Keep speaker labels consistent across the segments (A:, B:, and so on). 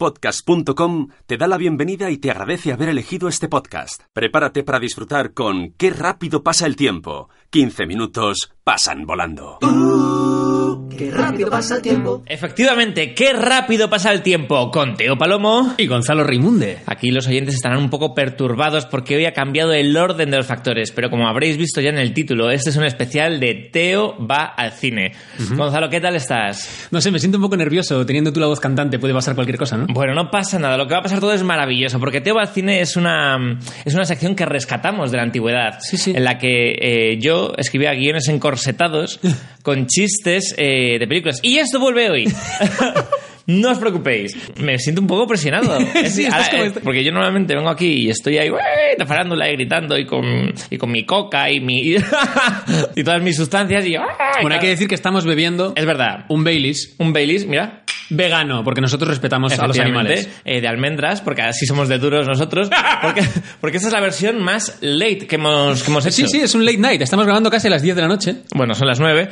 A: Naciónpodcast.com te da la bienvenida y te agradece haber elegido este podcast. Prepárate para disfrutar con Qué rápido pasa el tiempo. 15 minutos pasan volando.
B: Qué rápido pasa el tiempo.
C: Efectivamente, qué rápido pasa el tiempo con Teo Palomo
D: y Gonzalo Raimunde.
C: Aquí los oyentes estarán un poco perturbados porque hoy ha cambiado el orden de los factores, pero como habréis visto ya en el título, este es un especial de Teo va al cine. Gonzalo, ¿qué tal estás?
D: No sé, me siento un poco nervioso teniendo tú la voz cantante, puede pasar cualquier cosa, ¿no?
C: Bueno, no pasa nada, lo que va a pasar todo es maravilloso, porque Teo va al cine es una, es una sección que rescatamos de la antigüedad,
D: Sí, sí.
C: en la que eh, yo escribía guiones encorsetados con chistes eh, de películas. Y esto vuelve hoy. No os preocupéis, me siento un poco presionado. Es-
D: Sí, estás
C: ahora,
D: como
C: eh,
D: este-
C: porque yo normalmente vengo aquí y estoy ahí, "Ué", de farándula y gritando y con, y con mi coca y, mi, y todas mis sustancias. Y yo, "Ay",
D: Bueno, hay que
C: claro.
D: decir que estamos bebiendo
C: Es verdad,
D: un Baileys
C: un Baileys, mira,
D: vegano, porque nosotros respetamos a los
C: Efectivamente,
D: animales.
C: eh, de almendras, porque así somos de duros nosotros. Porque, porque esta es la versión más late que hemos, que hemos hecho.
D: Sí, sí, es un late night. Estamos grabando casi a las 10 de la noche.
C: Bueno, son las nueve.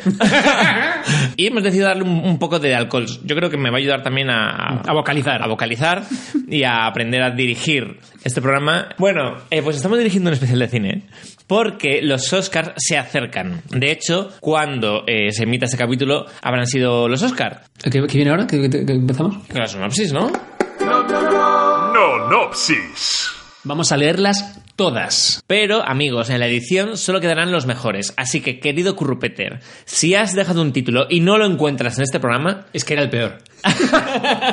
C: y hemos decidido darle un, un poco de alcohol. Yo creo que me va a ayudar también a,
D: A vocalizar.
C: a vocalizar y a aprender a dirigir este programa. Bueno, eh, pues estamos dirigiendo un especial de cine porque los Oscars se acercan. De hecho, cuando eh, se emita este capítulo, habrán sido los Oscars.
D: ¿Qué, qué viene ahora? ¿Qué, qué- qué empezamos?
C: La sinopsis, ¿no?
E: Nonopsis.
D: Vamos a leerlas todas.
C: Pero, amigos, en la edición solo quedarán los mejores. Así que, querido Currupeter, si has dejado un título y no lo encuentras en este programa,
D: Es que era el peor.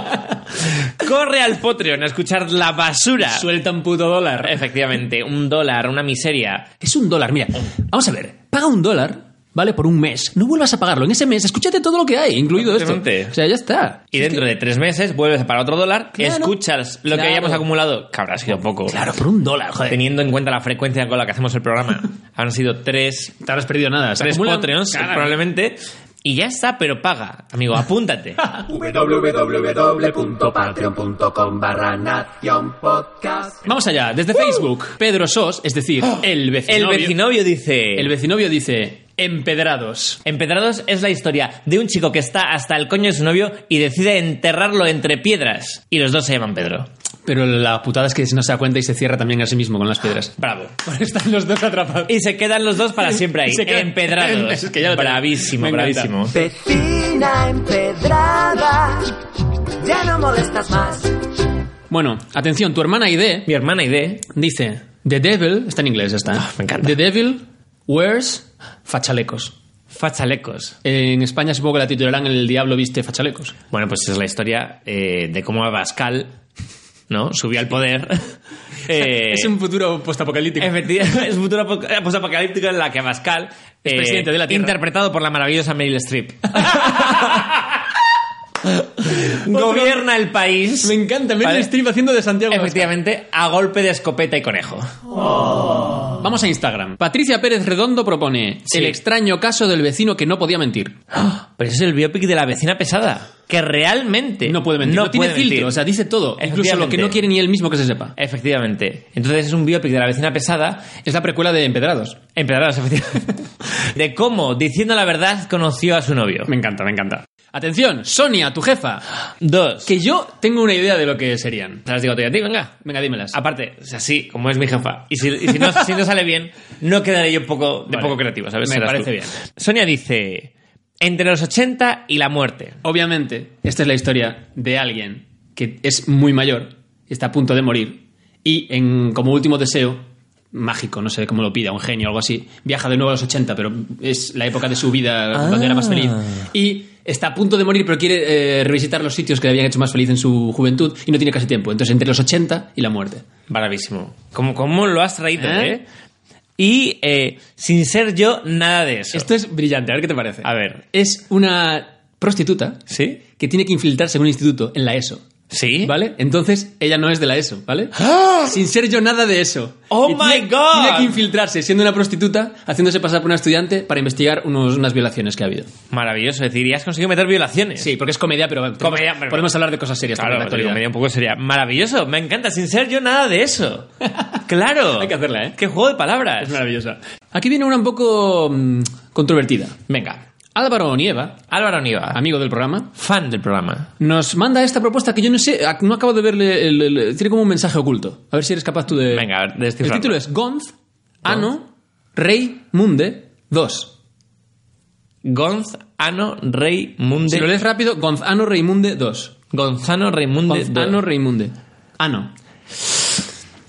C: corre al Patreon a escuchar la basura.
D: Suelta un puto dólar.
C: Efectivamente, un dólar, una miseria.
D: Es un dólar, mira. Vamos a ver. Paga un dólar, ¿vale? Por un mes. No vuelvas a pagarlo. En ese mes, escúchate todo lo que hay, incluido esto.
C: Efectivamente.
D: O sea, ya está.
C: Y
D: Es
C: dentro
D: que-
C: de tres meses vuelves a pagar otro dólar,
D: Claro,
C: escuchas lo que
D: claro.
C: hayamos acumulado, que habrá sido poco.
D: Claro, por un dólar, joder.
C: Teniendo en cuenta la frecuencia con la que hacemos el programa, han sido tres,
D: Te habrás perdido nada. Se
C: tres
D: acumulan-
C: Patreons,
D: Claro.
C: probablemente. Y ya está, pero paga, amigo, apúntate.
B: www.patreon.com barra nación podcast.
D: Vamos allá, desde Facebook, Pedro Sos, es decir, ¡Ah! el
C: El
D: vecinovio,
C: vecinovio dice...
D: el vecinovio dice, empedrados.
C: Empedrados es la historia de un chico que está hasta el coño de su novio y decide enterrarlo entre piedras. Y los dos se llaman Pedro.
D: Pero la putada es que no se da cuenta y se cierra también a sí mismo con las piedras.
C: Bravo.
D: Ah. Están los dos atrapados.
C: Y se quedan los dos para siempre ahí,
D: Se quedan-
C: empedrados.
D: Es que ya lo tengo.
C: bravísimo,
D: Me encanta.
C: bravísimo.
B: Vecina empedrada, ya no molestas más.
D: Bueno, atención, tu hermana ID
C: Mi hermana Ide
D: dice, The Devil, está en inglés esta.
C: Ah, me encanta.
D: The Devil wears fachalecos.
C: Fachalecos.
D: En España supongo que la titularán El Diablo viste fachalecos.
C: Bueno, pues es la historia eh, de cómo Abascal, ¿no? Subió al poder. Eh,
D: es un futuro postapocalíptico.
C: efecti- es un futuro apoc- postapocalíptico en la que Abascal... eh,
D: presidente de la Tierra.
C: Interpretado por la maravillosa Meryl Streep. Gobierna el país.
D: Me encanta, Meryl
C: Vale.
D: Streep haciendo de Santiago. Abascal.
C: Efectivamente, a golpe de escopeta y conejo.
D: Vamos a Instagram. Patricia Pérez Redondo propone
C: Sí.
D: el extraño caso del vecino que no podía mentir.
C: Pero ese es el biopic de la vecina pesada. Que realmente.
D: No puede mentir. No, tiene filtro, o sea, dice todo. Incluso lo que no quiere ni él mismo que se sepa.
C: Efectivamente. Entonces es un biopic de la vecina pesada.
D: Es la precuela de Empedrados.
C: Empedrados, efectivamente. De cómo, diciendo la verdad, conoció a su novio.
D: Me encanta, me encanta. Atención, Sonia, tu jefa.
C: Dos.
D: Que yo tengo una idea de lo que serían.
C: Te las digo todo a ti, venga.
D: Venga, dímelas.
C: Aparte, o sea, sí, como es mi jefa. Y si, y si no, si no sale bien, no quedaré yo poco, de
D: Vale.
C: poco creativo, ¿sabes?
D: Me
C: Serás tú.
D: parece bien.
C: Sonia dice: entre los 80 y la muerte.
D: Obviamente, esta es la historia de alguien que es muy mayor, está a punto de morir, y en, como último deseo, mágico, no sé cómo lo pida, un genio o algo así, viaja de nuevo a los 80, pero es la época de su vida donde era más feliz. Y está a punto de morir, pero quiere eh, revisitar los sitios que le habían hecho más feliz en su juventud y no tiene casi tiempo. Entonces, entre los 80 y la muerte.
C: Bravísimo. ¿Cómo, cómo lo has traído,
D: ¿Eh?
C: eh? Y eh, sin ser yo nada de eso.
D: Esto es brillante, a ver qué te parece.
C: A ver.
D: Es una prostituta
C: ¿Sí?
D: que tiene que infiltrarse en un instituto, en la ESO.
C: ¿Sí?
D: ¿Vale? Entonces ella no es de la ESO, ¿vale? Sin ser yo nada de eso.
C: ¡Ah! ¡Oh,
D: Y
C: my God!
D: Tiene que infiltrarse siendo una prostituta, haciéndose pasar por una estudiante para investigar unos- unas violaciones que ha habido.
C: Maravilloso. Es decir, y has conseguido meter violaciones.
D: Sí, porque es comedia, pero bueno, tenemos-
C: Comedia, pero-
D: podemos hablar de cosas serias
C: Claro,
D: también en la
C: digo,
D: actualidad.
C: medio un poco sería maravilloso, me encanta, sin ser yo nada de eso. Claro.
D: Hay que hacerla, ¿eh?
C: Qué juego de palabras.
D: Es maravillosa. Aquí viene una un poco mm, controvertida.
C: Venga.
D: Álvaro Nieva,
C: Álvaro Niva,
D: amigo del programa,
C: fan del programa.
D: nos manda esta propuesta que yo no sé, ac- no acabo de verle, el- el- el- tiene como un mensaje oculto. A ver si eres capaz tú de...
C: Venga, a ver,
D: El
C: descifrarlo.
D: título es Gonz, Ano, Rey, Munde, 2.
C: Gonz, Ano, Rey, Munde.
D: Si lo lees rápido, Gonzano Reimunde 2.
C: Gonzano, Raimunde.
D: Gonzano Reimunde. Ano.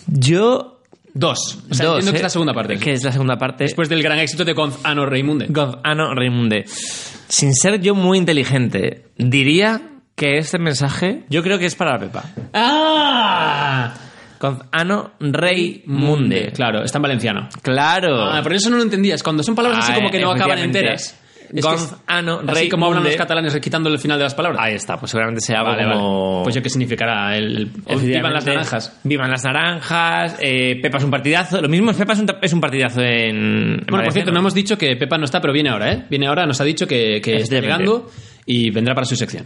C: Yo.
D: 2. O sea,
C: Dos,
D: entiendo que
C: ¿eh?
D: es la segunda parte.
C: Que es la segunda parte.
D: Después del gran éxito de Gonzano Reimunde.
C: Gonzano Raimunde. Sin ser yo muy inteligente, diría que este mensaje yo creo que es para Pepa.
D: ¡Ah!
C: Gonzano Raimunde.
D: Claro, está en valenciano.
C: Claro.
D: Ah, por eso no lo entendías. Cuando son palabras así
C: Ah,
D: como que no acaban
C: efectivamente.
D: enteras. Es que es-
C: Gonzano
D: Así como hablan los
C: Raimunde.
D: catalanes quitándole el final de las palabras.
C: Ahí está, pues seguramente sea algo
D: Vale,
C: como...
D: vale. Pues yo qué significará el, el- o
C: Efectivamente,
D: vivan las naranjas.
C: Vivan las naranjas. eh, Pepa es un partidazo. Lo mismo es Pepa es un, es un partidazo en. en
D: Bueno, por
C: Valencia,
D: cierto, no hemos dicho que Pepa no está, pero viene ahora, ¿eh? Viene ahora, nos ha dicho que, que está
C: Efectivamente.
D: llegando y vendrá para su sección.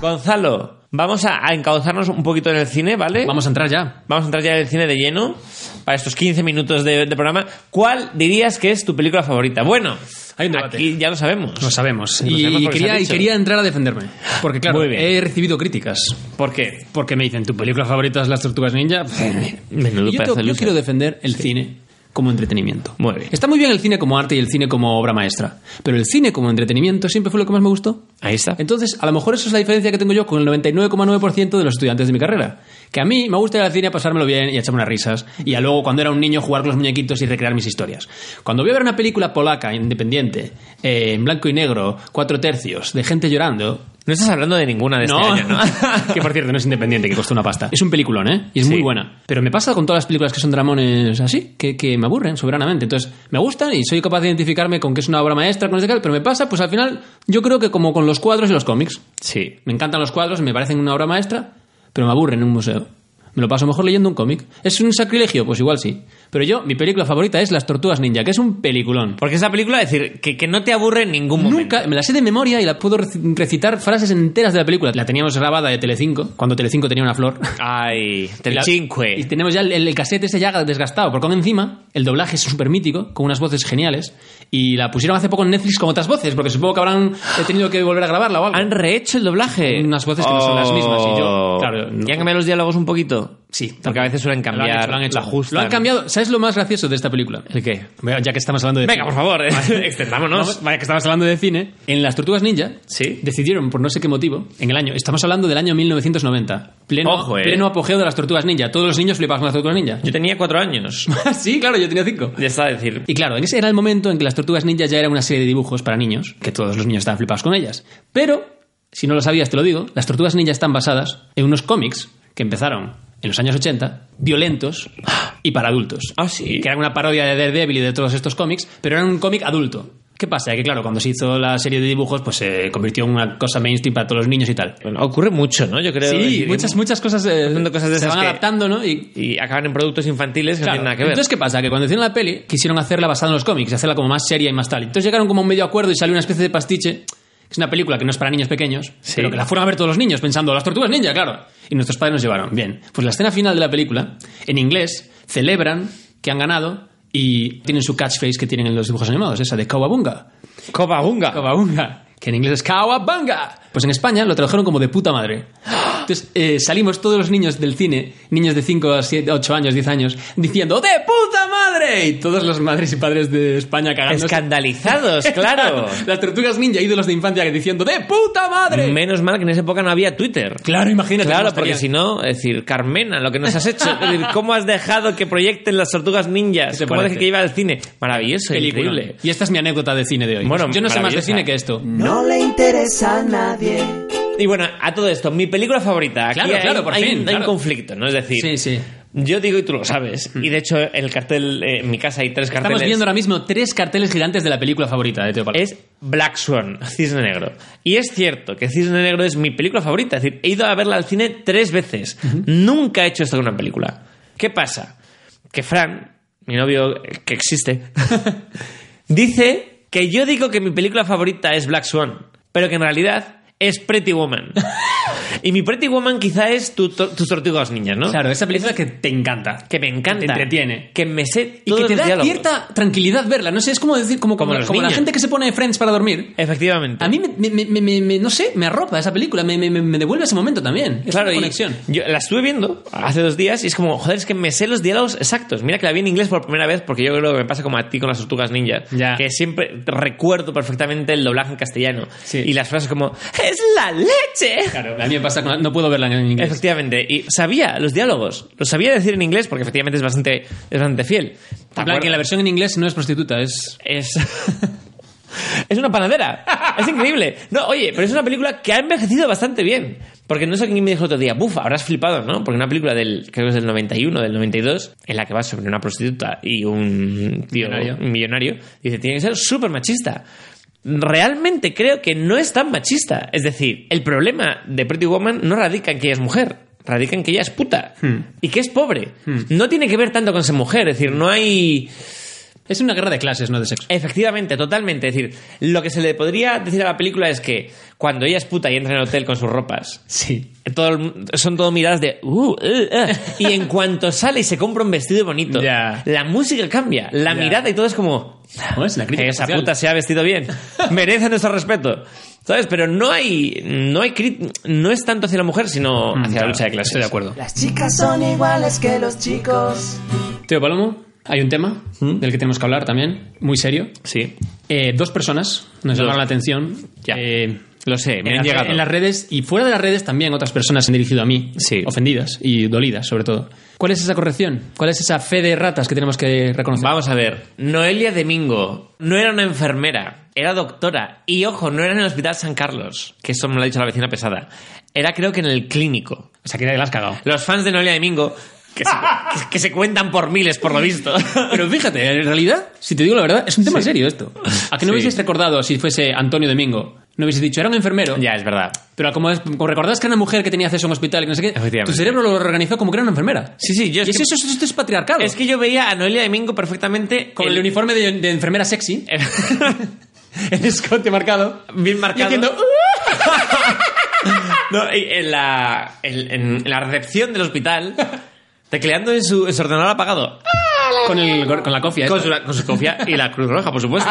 C: Gonzalo, vamos a, a encauzarnos un poquito en el cine, ¿vale?
D: Vamos a entrar ya.
C: Vamos a entrar ya en el cine de lleno para estos 15 minutos de, de programa. ¿Cuál dirías que es tu película favorita? Bueno,
D: Hay un debate.
C: aquí ya lo sabemos.
D: Lo sabemos.
C: Lo
D: Y,
C: sabemos porque se ha
D: quería, y
C: dicho.
D: quería entrar a defenderme. Porque, claro,
C: Muy bien.
D: he recibido críticas.
C: ¿Por qué?
D: Porque me dicen, ¿tu película favorita es Las Tortugas Ninja?
C: Menudo
D: Y yo,
C: pedazo
D: te-
C: de
D: yo
C: loser.
D: quiero defender el cine como entretenimiento.
C: Muy bien.
D: Está muy bien el cine como arte y el cine como obra maestra. Pero el cine como entretenimiento siempre fue lo que más me gustó.
C: Ahí está.
D: Entonces, a lo mejor eso es la diferencia que tengo yo con el 99,9% de los estudiantes de mi carrera. Que a mí me gusta ir al cine a pasármelo bien y a echarme unas risas. Y a luego, cuando era un niño, jugar con los muñequitos y recrear mis historias. Cuando voy a ver una película polaca, independiente, eh, en blanco y negro, cuatro tercios, de gente llorando.
C: No estás hablando de ninguna de este año, ¿no?
D: que por cierto no es independiente, que costó una pasta. Es un peliculón, ¿eh? Y es
C: Sí.
D: muy buena. Pero me pasa con todas las películas que son dramones así, que, que me aburren soberanamente. Entonces, me gustan y soy capaz de identificarme con que es una obra maestra, con este tal, pero me pasa, pues al final, yo creo que como con los cuadros y los cómics.
C: Sí.
D: Me encantan los cuadros, me parecen una obra maestra, pero me aburren en un museo. Me lo paso mejor leyendo un cómic. ¿Es un sacrilegio? Pues igual sí. Pero yo, mi película favorita es Las Tortugas Ninja, que es un peliculón.
C: Porque esa película, es decir, que, que no te aburre en ningún momento.
D: Nunca, me la sé de memoria y la puedo reci- recitar frases enteras de la película. La teníamos grabada de Telecinco, cuando Telecinco tenía una flor.
C: Ay,
D: Y
C: del
D: la-
C: cinque.
D: Y tenemos ya el, el casete ese ya desgastado. Porque aún encima, el doblaje es súper mítico, con unas voces geniales. Y la pusieron hace poco en Netflix con otras voces, porque supongo que habrán eh, tenido que volver a grabarla o algo.
C: Han rehecho el doblaje.
D: Unas voces que no son las mismas, y yo, claro, Oh, no.
C: ¿Y han cambiado los diálogos un poquito?
D: Sí,
C: Oh, Porque a veces suelen cambiar.
D: Lo han hecho, lo han hecho.
C: la ajustan.
D: Lo han cambiado. ¿Sabes lo más gracioso de esta película? pues,
C: ¿El qué?
D: Bueno, ya que estamos hablando de
C: Venga, por
D: cine.
C: favor, eh, extendámonos.
D: Vamos, vaya que estamos hablando de cine. En las Tortugas Ninja
C: Sí.
D: decidieron, por no sé qué motivo, en el año, estamos hablando del año 1990, pleno,
C: Ojo, eh.
D: pleno apogeo de las Tortugas Ninja. Todos los niños flipaban con las Tortugas Ninja.
C: Yo tenía cuatro años.
D: sí, claro, yo tenía cinco.
C: Ya está a decir.
D: Y claro, en ese era el momento en que las tortugas ninja ya era una serie de dibujos para niños, que todos los niños estaban flipados con ellas. Pero, si no lo sabías, te lo digo, las tortugas ninja están basadas en unos cómics que empezaron en los años 80, violentos y para adultos.
C: Ah, sí.
D: Que eran una parodia de Daredevil y de todos estos cómics, pero eran un cómic adulto. ¿Qué pasa? Que claro, cuando se hizo la serie de dibujos, pues se convirtió en una cosa mainstream para todos los niños y tal.
C: Bueno, ocurre mucho, ¿no? Yo creo.
D: sí,
C: es decir,
D: muchas, muchas cosas, eh,
C: haciendo cosas de
D: se
C: esas
D: van
C: que-
D: adaptando, ¿no? Y
C: Y acaban en productos infantiles que
D: Claro.
C: no tienen nada que ver.
D: Entonces, ¿qué pasa? Que cuando hicieron la peli, quisieron hacerla basada en los cómics, hacerla como más seria y más tal. Entonces llegaron como a un medio acuerdo y salió una especie de pastiche, que es una película que no es para niños pequeños,
C: Sí.
D: pero que la fueron a ver todos los niños pensando, las tortugas ninja, claro. Y nuestros padres nos llevaron. Bien, pues la escena final de la película, en inglés, celebran que han ganado y tienen su catchphrase que tienen en los dibujos animados, esa de Cowabunga.
C: Cobabunga.
D: Cowabunga. Que en inglés es Cowabunga. Pues en España lo tradujeron como de puta madre. Entonces eh, salimos todos los niños del cine, niños de 5, 7, 8 años, 10 años, diciendo ¡De puta madre! Y todas las madres y padres de España cagándose.
C: Escandalizados, claro.
D: las tortugas ninja, ídolos de infancia, diciendo ¡De puta madre!
C: Menos mal que en esa época no había Twitter.
D: Claro, imagínate.
C: Claro,
D: cómo
C: porque si
D: estaría.
C: no, es decir, Carmena, lo que nos has hecho, es decir, cómo has dejado que proyecten las tortugas ninjas,
D: ¿Qué te
C: cómo dejé
D: parece?
C: que iba al cine. Maravilloso,
D: Película.
C: increíble.
D: Y esta es mi anécdota de cine de hoy.
C: Bueno,
D: Yo no sé más de
C: maravillosa.
D: cine que esto.
B: No le interesa a nadie.
C: Y bueno, a todo esto, mi película favorita. Aquí
D: Claro,
C: hay,
D: claro, por
C: hay-
D: fin,
C: hay
D: claro.
C: un conflicto, ¿no? Es decir,
D: Sí, sí.
C: yo digo y tú lo sabes. Y de hecho, el cartel, eh, en mi casa hay tres carteles.
D: Estamos viendo ahora mismo tres carteles gigantes de la película favorita de Teo Palau.
C: es Black Swan, Cisne Negro. Y es cierto que Cisne Negro es mi película favorita. Es decir, he ido a verla al cine tres veces. Nunca he hecho esto con una película. ¿Qué pasa? Que Fran, mi novio eh, que existe, dice que yo digo que mi película favorita es Black Swan, pero que en realidad es Pretty Woman. y mi Pretty Woman quizá es tu- to- tus tortugas niñas, ¿no?
D: Claro, esa película que te encanta.
C: Que me encanta.
D: Que te entretiene.
C: Que me sé
D: Y que
C: todos
D: te
C: los
D: da
C: diálogos.
D: cierta tranquilidad verla. No sé, es como decir, como,
C: Como
D: como,
C: los
D: como la
C: niños.
D: gente que se pone Friends para dormir.
C: Efectivamente.
D: A mí, me, me- me- me- me- no sé, me arropa esa película, me, me- me- me devuelve ese momento también. Es
C: Claro,
D: una
C: y
D: conexión.
C: yo la estuve viendo hace dos días y es como, joder, es que me sé los diálogos exactos. Mira que la vi en inglés por primera vez porque yo creo que me pasa como a ti con las tortugas ninja,
D: Ya.
C: que siempre recuerdo perfectamente el doblaje en castellano
D: Sí.
C: y las frases como, es la leche.
D: Claro, a mí me pasa con la- no puedo verla en inglés.
C: Efectivamente, y sabía los diálogos, los sabía decir en inglés porque efectivamente es bastante, es bastante fiel. ¿Te
D: En plan,
C: acuerdas?
D: que la versión en inglés no es prostituta, es...
C: es... Es una panadera. Es increíble. No, oye, pero es una película que ha envejecido bastante bien. Porque no sé quién me dijo el otro día, buf, habrás flipado, ¿no? Porque una película del, creo que es del 91, del 92, en la que va sobre una prostituta y un tío
D: Millonario.
C: un millonario, dice, tiene que ser súper machista. Realmente creo que no es tan machista. Es decir, el problema de Pretty Woman no radica en que ella es mujer. Radica en que ella es puta y que es pobre. No tiene que ver tanto con ser mujer. Es decir, no hay...
D: Es una guerra de clases, no de sexo.
C: Efectivamente, totalmente. Es decir, lo que se le podría decir a la película es que cuando ella es puta y entra en el hotel con sus ropas,
D: Sí.
C: todo el mu- son todo miradas de... "Uh, uh, uh". y en cuanto sale y se compra un vestido bonito,
D: Ya.
C: la música cambia, la
D: Ya.
C: mirada y todo es como...
D: Pues, la crítica
C: Esa
D: social.
C: puta se ha vestido bien. Merece nuestro respeto. ¿Sabes? Pero no hay... No, hay crit- no es tanto hacia la mujer, sino hacia la
D: Mm, claro,
C: lucha de clases.
D: estoy de acuerdo.
B: Las chicas son iguales que los chicos.
D: Teo Palomo, hay un tema
C: ¿Mm?
D: del que tenemos que hablar también, muy serio.
C: Sí.
D: Eh, dos personas nos
C: Dos.
D: llamaron la atención.
C: Ya.
D: Eh,
C: Lo sé, me
D: en,
C: han
D: las-
C: llegado.
D: en las redes y fuera de las redes también otras personas se han dirigido a mí,
C: Sí.
D: ofendidas y dolidas sobre todo. ¿Cuál es esa corrección? ¿Cuál es esa fe de ratas que tenemos que reconocer?
C: Vamos a ver. Noelia Domingo no era una enfermera, era doctora. Y ojo, no era en el Hospital San Carlos, que eso me lo ha dicho la vecina pesada. Era creo que en el clínico.
D: O sea, que la has cagado.
C: Los fans de Noelia Domingo, que se, que- que se cuentan por miles por lo visto.
D: Pero fíjate, en realidad, si te digo la verdad, es un tema serio esto. ¿A que no
C: Sí.
D: hubieses recordado si fuese Antonio Domingo? No hubieses dicho, era un enfermero.
C: ya, es verdad.
D: Pero como, es- como recordás que era una mujer que tenía acceso a un hospital, que no sé qué,
C: Efectivamente.
D: tu cerebro lo organizó como que era una enfermera.
C: Sí, sí, yo es
D: y es
C: que-
D: eso, eso- esto es patriarcado.
C: Es que yo veía a Noelia Domingo perfectamente
D: con el, uniforme de, de enfermera sexy, el escote marcado,
C: bien
D: y
C: marcado.
D: haciendo...
C: No, y en, la, en, en la recepción del hospital, tecleando en su, en su ordenador apagado.
D: con, el- con la cofia.
C: Con
D: esta.
C: su, con su cofia y la Cruz Roja, por supuesto.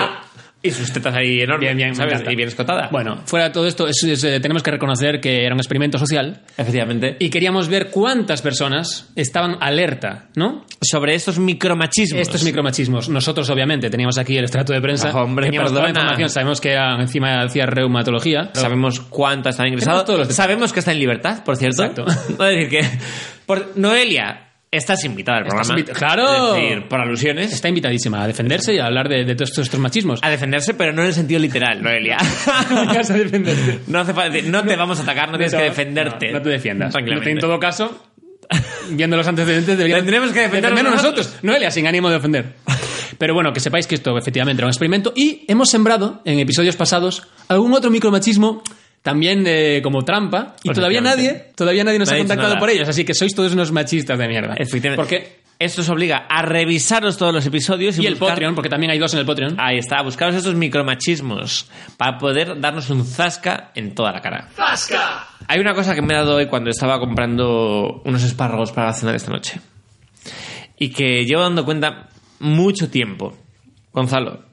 C: Y sus tetas ahí enormes,
D: Bien, bien, me
C: ¿sabes?
D: encanta.
C: Y bien escotada.
D: Bueno, fuera de todo esto, es- es, eh, tenemos que reconocer que era un experimento social
C: efectivamente. Y
D: y queríamos ver cuántas personas estaban alerta, ¿no?
C: sobre estos micromachismos.
D: Estos micromachismos. Nosotros, obviamente, teníamos aquí el estrato de prensa.
C: Ah, hombre,
D: teníamos toda la
C: perdona.
D: información. Sabemos que era- encima hacía reumatología.
C: Sabemos cuántas están ingresados.
D: Tenemos todos los detalles.
C: Sabemos que está en libertad, por cierto.
D: Exacto.
C: Voy a decir que. por- Noelia, estás invitada al
D: Estás
C: programa.
D: invita- ¡Claro!
C: Es decir, por alusiones.
D: Está invitadísima a defenderse y a hablar de, de todos estos estos machismos.
C: A defenderse, pero no en el sentido literal, Noelia.
D: Vas a defenderte.
C: No hace falta decir, no te vamos a atacar, no tienes que
D: No,
C: defenderte.
D: No, no te defiendas.
C: Tranquilamente.
D: En todo caso, viendo los antecedentes, deberíamos
C: Tendremos que defendernos
D: nosotros. Noelia, sin ánimo de ofender. Pero bueno, que sepáis que esto efectivamente era un experimento y hemos sembrado en episodios pasados algún otro micromachismo también eh, como trampa y todavía
C: Efectivamente.
D: nadie todavía nadie nos
C: No ha
D: ha
C: dicho
D: contactado
C: nada.
D: por ellos así que sois todos unos machistas de mierda
C: Efectivamente.
D: porque
C: Esto os obliga a revisaros todos los episodios y,
D: y el
C: buscar-
D: Patreon porque también hay dos en el Patreon
C: Ahí está, buscaros estos micromachismos para poder darnos un zasca en toda la cara. ¡Zasca! Hay una cosa que me he dado hoy cuando estaba comprando unos espárragos para cenar esta noche. Y que llevo dando cuenta mucho tiempo. Gonzalo,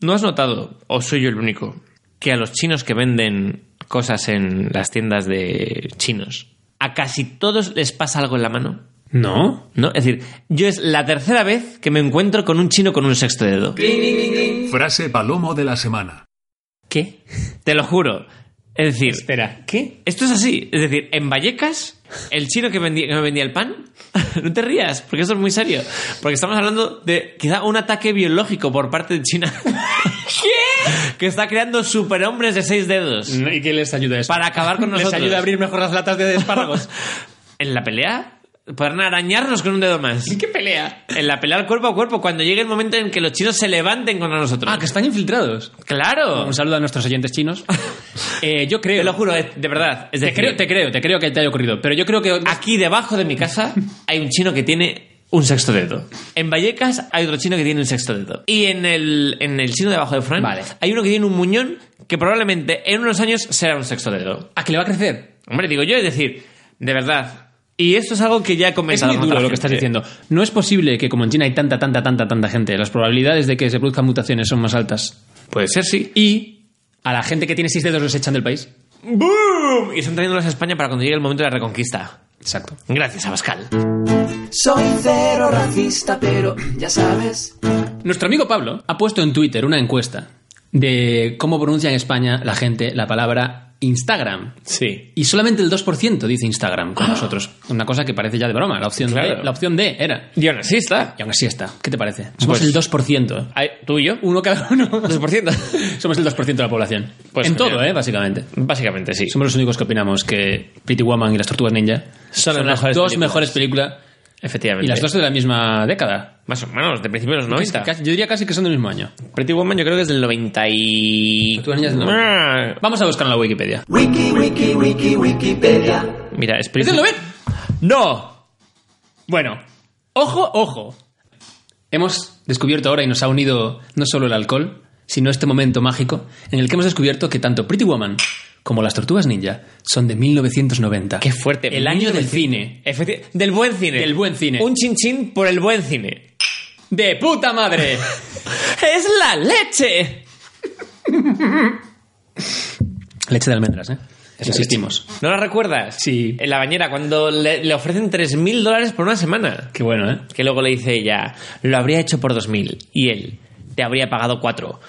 C: ¿no has notado, o soy yo el único, que a los chinos que venden cosas en las tiendas de chinos, a casi todos les pasa algo en la mano?
D: no
C: ¿No? Es decir, yo es la tercera vez que me encuentro con un chino con un sexto dedo.
E: Frase Palomo de la semana.
C: ¿Qué? Te lo juro. Es decir,
D: espera ¿qué?
C: esto es así. Es decir, en Vallecas, el chino que, vendía- que me vendía el pan, no te rías, porque esto es muy serio. Porque estamos hablando de quizá un ataque biológico por parte de China. ¿Qué? Que está creando superhombres de seis dedos
D: ¿y qué les ayuda eso?
C: para acabar con nosotros.
D: les ayuda a abrir mejor las latas de espárragos
C: En la pelea, podrán arañarnos con un dedo más.
D: qué pelea
C: En la pelea al cuerpo a cuerpo, cuando llegue el momento en que los chinos se levanten contra nosotros.
D: ah que están infiltrados
C: ¡Claro!
D: Un saludo a nuestros oyentes chinos. Eh, yo creo.
C: Te lo juro, eh, de verdad. Es
D: Te
C: decir,
D: creo, te creo, te creo que te haya ocurrido. Pero yo creo que.
C: Aquí debajo de mi casa hay un chino que tiene un sexto dedo. En Vallecas hay otro chino que tiene un sexto dedo. Y en el, en el chino debajo de Fran
D: Vale.
C: hay uno que tiene un muñón que probablemente en unos años será un sexto dedo.
D: ¿A que le va a crecer?
C: Hombre, digo yo, es decir, de verdad. Y esto es algo que ya he
D: Es
C: comentado
D: muy
C: con
D: duro
C: otra
D: lo que estás
C: gente.
D: diciendo. No es posible que como en China hay tanta, tanta, tanta, tanta gente, las probabilidades de que se produzcan mutaciones son más altas.
C: Puede ser, sí.
D: Y a la gente que tiene seis dedos los echan del país.
C: ¡Boom! Y están trayéndolos a España para cuando llegue el momento de la reconquista.
D: Exacto.
C: Gracias, Abascal.
B: Soy cero racista, pero ya sabes.
D: Nuestro amigo Pablo ha puesto en Twitter una encuesta de cómo pronuncia en España la gente la palabra Instagram.
C: Sí.
D: Y solamente el 2% dice Instagram con nosotros. Una cosa que parece ya de broma. La opción,
C: Ah. Claro.
D: D, la opción D era.
C: Y aún así está.
D: Y aún así está. ¿Qué te parece? Somos
C: Pues-
D: el 2%.
C: Ay, ¿Tú y yo?
D: Uno cada uno.
C: 2%.
D: Somos el 2% de la población.
C: Pues
D: en
C: genial.
D: todo, ¿eh? Básicamente.
C: Básicamente, sí.
D: Somos los únicos que opinamos que Pretty Woman y las Tortugas Ninja
C: Son las
D: las
C: mejores
D: dos
C: películas.
D: mejores películas
C: Efectivamente.
D: y las dos de la misma década.
C: Más o menos, de principios de los 90.
D: Casi- Yo diría casi que son del mismo año.
C: Pretty Woman yo creo que es del 90 y...
D: Tú eres del 90.
C: Ah,
D: Vamos a buscar en la Wikipedia.
B: Wiki, wiki, wiki, Wikipedia.
C: Mira, es
D: ¿Es
C: Pretty...
D: del 90?
C: ¡No!
D: Bueno, ojo, ojo. Hemos descubierto ahora y nos ha unido no solo el alcohol, sino este momento mágico en el que hemos descubierto que tanto Pretty Woman como las Tortugas Ninja son de 1990.
C: ¡Qué fuerte!
D: El año del
C: 1900.
D: cine.
C: Efecti- Del buen cine.
D: Del buen cine.
C: Un chinchín por el buen cine.
D: ¡De puta madre!
C: ¡Es la leche!
D: Leche de almendras, ¿eh? Insistimos.
C: ¿No la recuerdas?
D: Sí.
C: En la bañera, cuando le, le ofrecen 3.000 dólares por una semana.
D: Qué bueno, ¿eh?
C: Que luego le dice ella, lo habría hecho por 2.000 y él te habría pagado 4.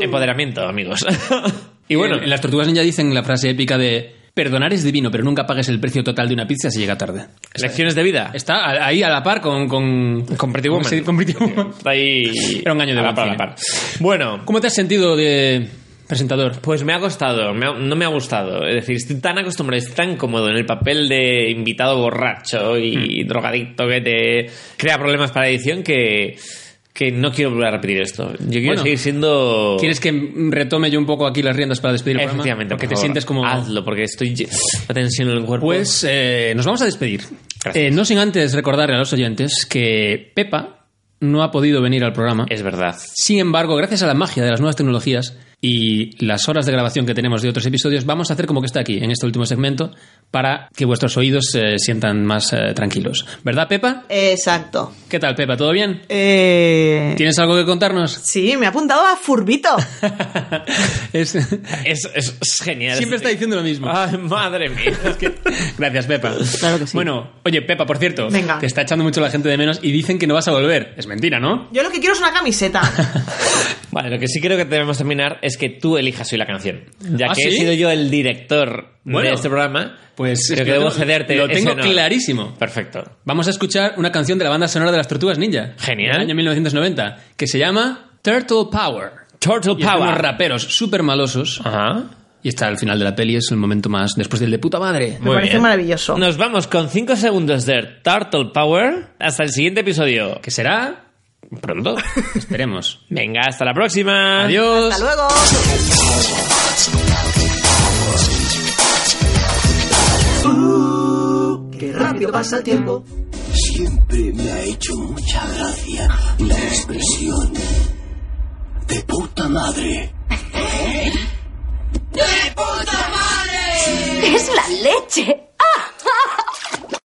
C: Empoderamiento, amigos. y bueno,
D: en, en las Tortugas Ninja dicen la frase épica de perdonar es divino, pero nunca pagues el precio total de una pizza si llega tarde.
C: lecciones de vida.
D: Está a- ahí a la par con... Con,
C: Con Pretty Woman.
D: Sí, con Pretty Woman.
C: Está ahí.
D: Era un año de
C: a la
D: buen
C: par, a la
D: cine.
C: par. Bueno,
D: ¿Cómo te has sentido de presentador?
C: Pues me ha costado, me ha- no me ha gustado. Es decir, estoy tan acostumbrado, estoy tan cómodo en el papel de invitado borracho y
D: Hmm.
C: drogadicto que te crea problemas para edición que, que no quiero volver a repetir esto. Yo quiero
D: Bueno,
C: seguir siendo...
D: ¿Quieres que retome yo un poco aquí las riendas para despedir el programa?
C: Efectivamente,
D: Porque
C: por
D: te
C: favor,
D: sientes como...
C: Hazlo, porque estoy... lle- La tensión en el cuerpo...
D: Pues eh, nos vamos a despedir. Eh, no sin antes recordarle a los oyentes que Pepa no ha podido venir al programa.
C: Es verdad.
D: Sin embargo, gracias a la magia de las nuevas tecnologías y las horas de grabación que tenemos de otros episodios, vamos a hacer como que está aquí, en este último segmento, para que vuestros oídos se sientan más eh, tranquilos. ¿Verdad, Pepa?
F: Exacto.
D: ¿Qué tal, Pepa? ¿Todo bien?
F: Eh,
D: ¿Tienes algo que contarnos?
F: Sí, me ha apuntado a Furbito.
D: Es-
C: Es, es- es genial.
D: Siempre está diciendo lo mismo.
C: Ay, madre mía. Es que-
D: Gracias, Pepa.
F: Claro que sí.
D: Bueno, oye, Pepa, por cierto,
F: Venga.
D: te está echando mucho la gente de menos y dicen que no vas a volver. Es mentira, ¿no?
F: Yo lo que quiero es una camiseta.
C: Vale, lo que sí creo que debemos terminar es que tú elijas hoy la canción. Ya
D: ¿Ah,
C: que he
D: sí?
C: sido yo el director
D: Bueno,
C: de este programa,
D: Pues
C: creo que debo cederte.
D: Lo
C: ese
D: tengo
C: honor.
D: clarísimo.
C: Perfecto.
D: Vamos a escuchar una canción de la banda sonora de las Tortugas Ninja.
C: Genial.
D: Del año 1990, que se llama Turtle Power.
C: Turtle
D: Y es de unos
C: Power. Ah.
D: raperos súper malosos.
C: Ajá.
D: Y está al final de la peli, es el momento más después del de puta madre.
F: Me parece maravilloso.
C: Nos vamos con 5 segundos de Turtle Power. Hasta el siguiente episodio.
D: Que será,
C: Pronto.
D: esperemos.
C: Venga, hasta la próxima.
D: Adiós.
F: Hasta luego.
B: Uh, Qué rápido pasa el tiempo.
G: Siempre me ha hecho mucha gracia la expresión de puta madre.
H: ¡Es la leche!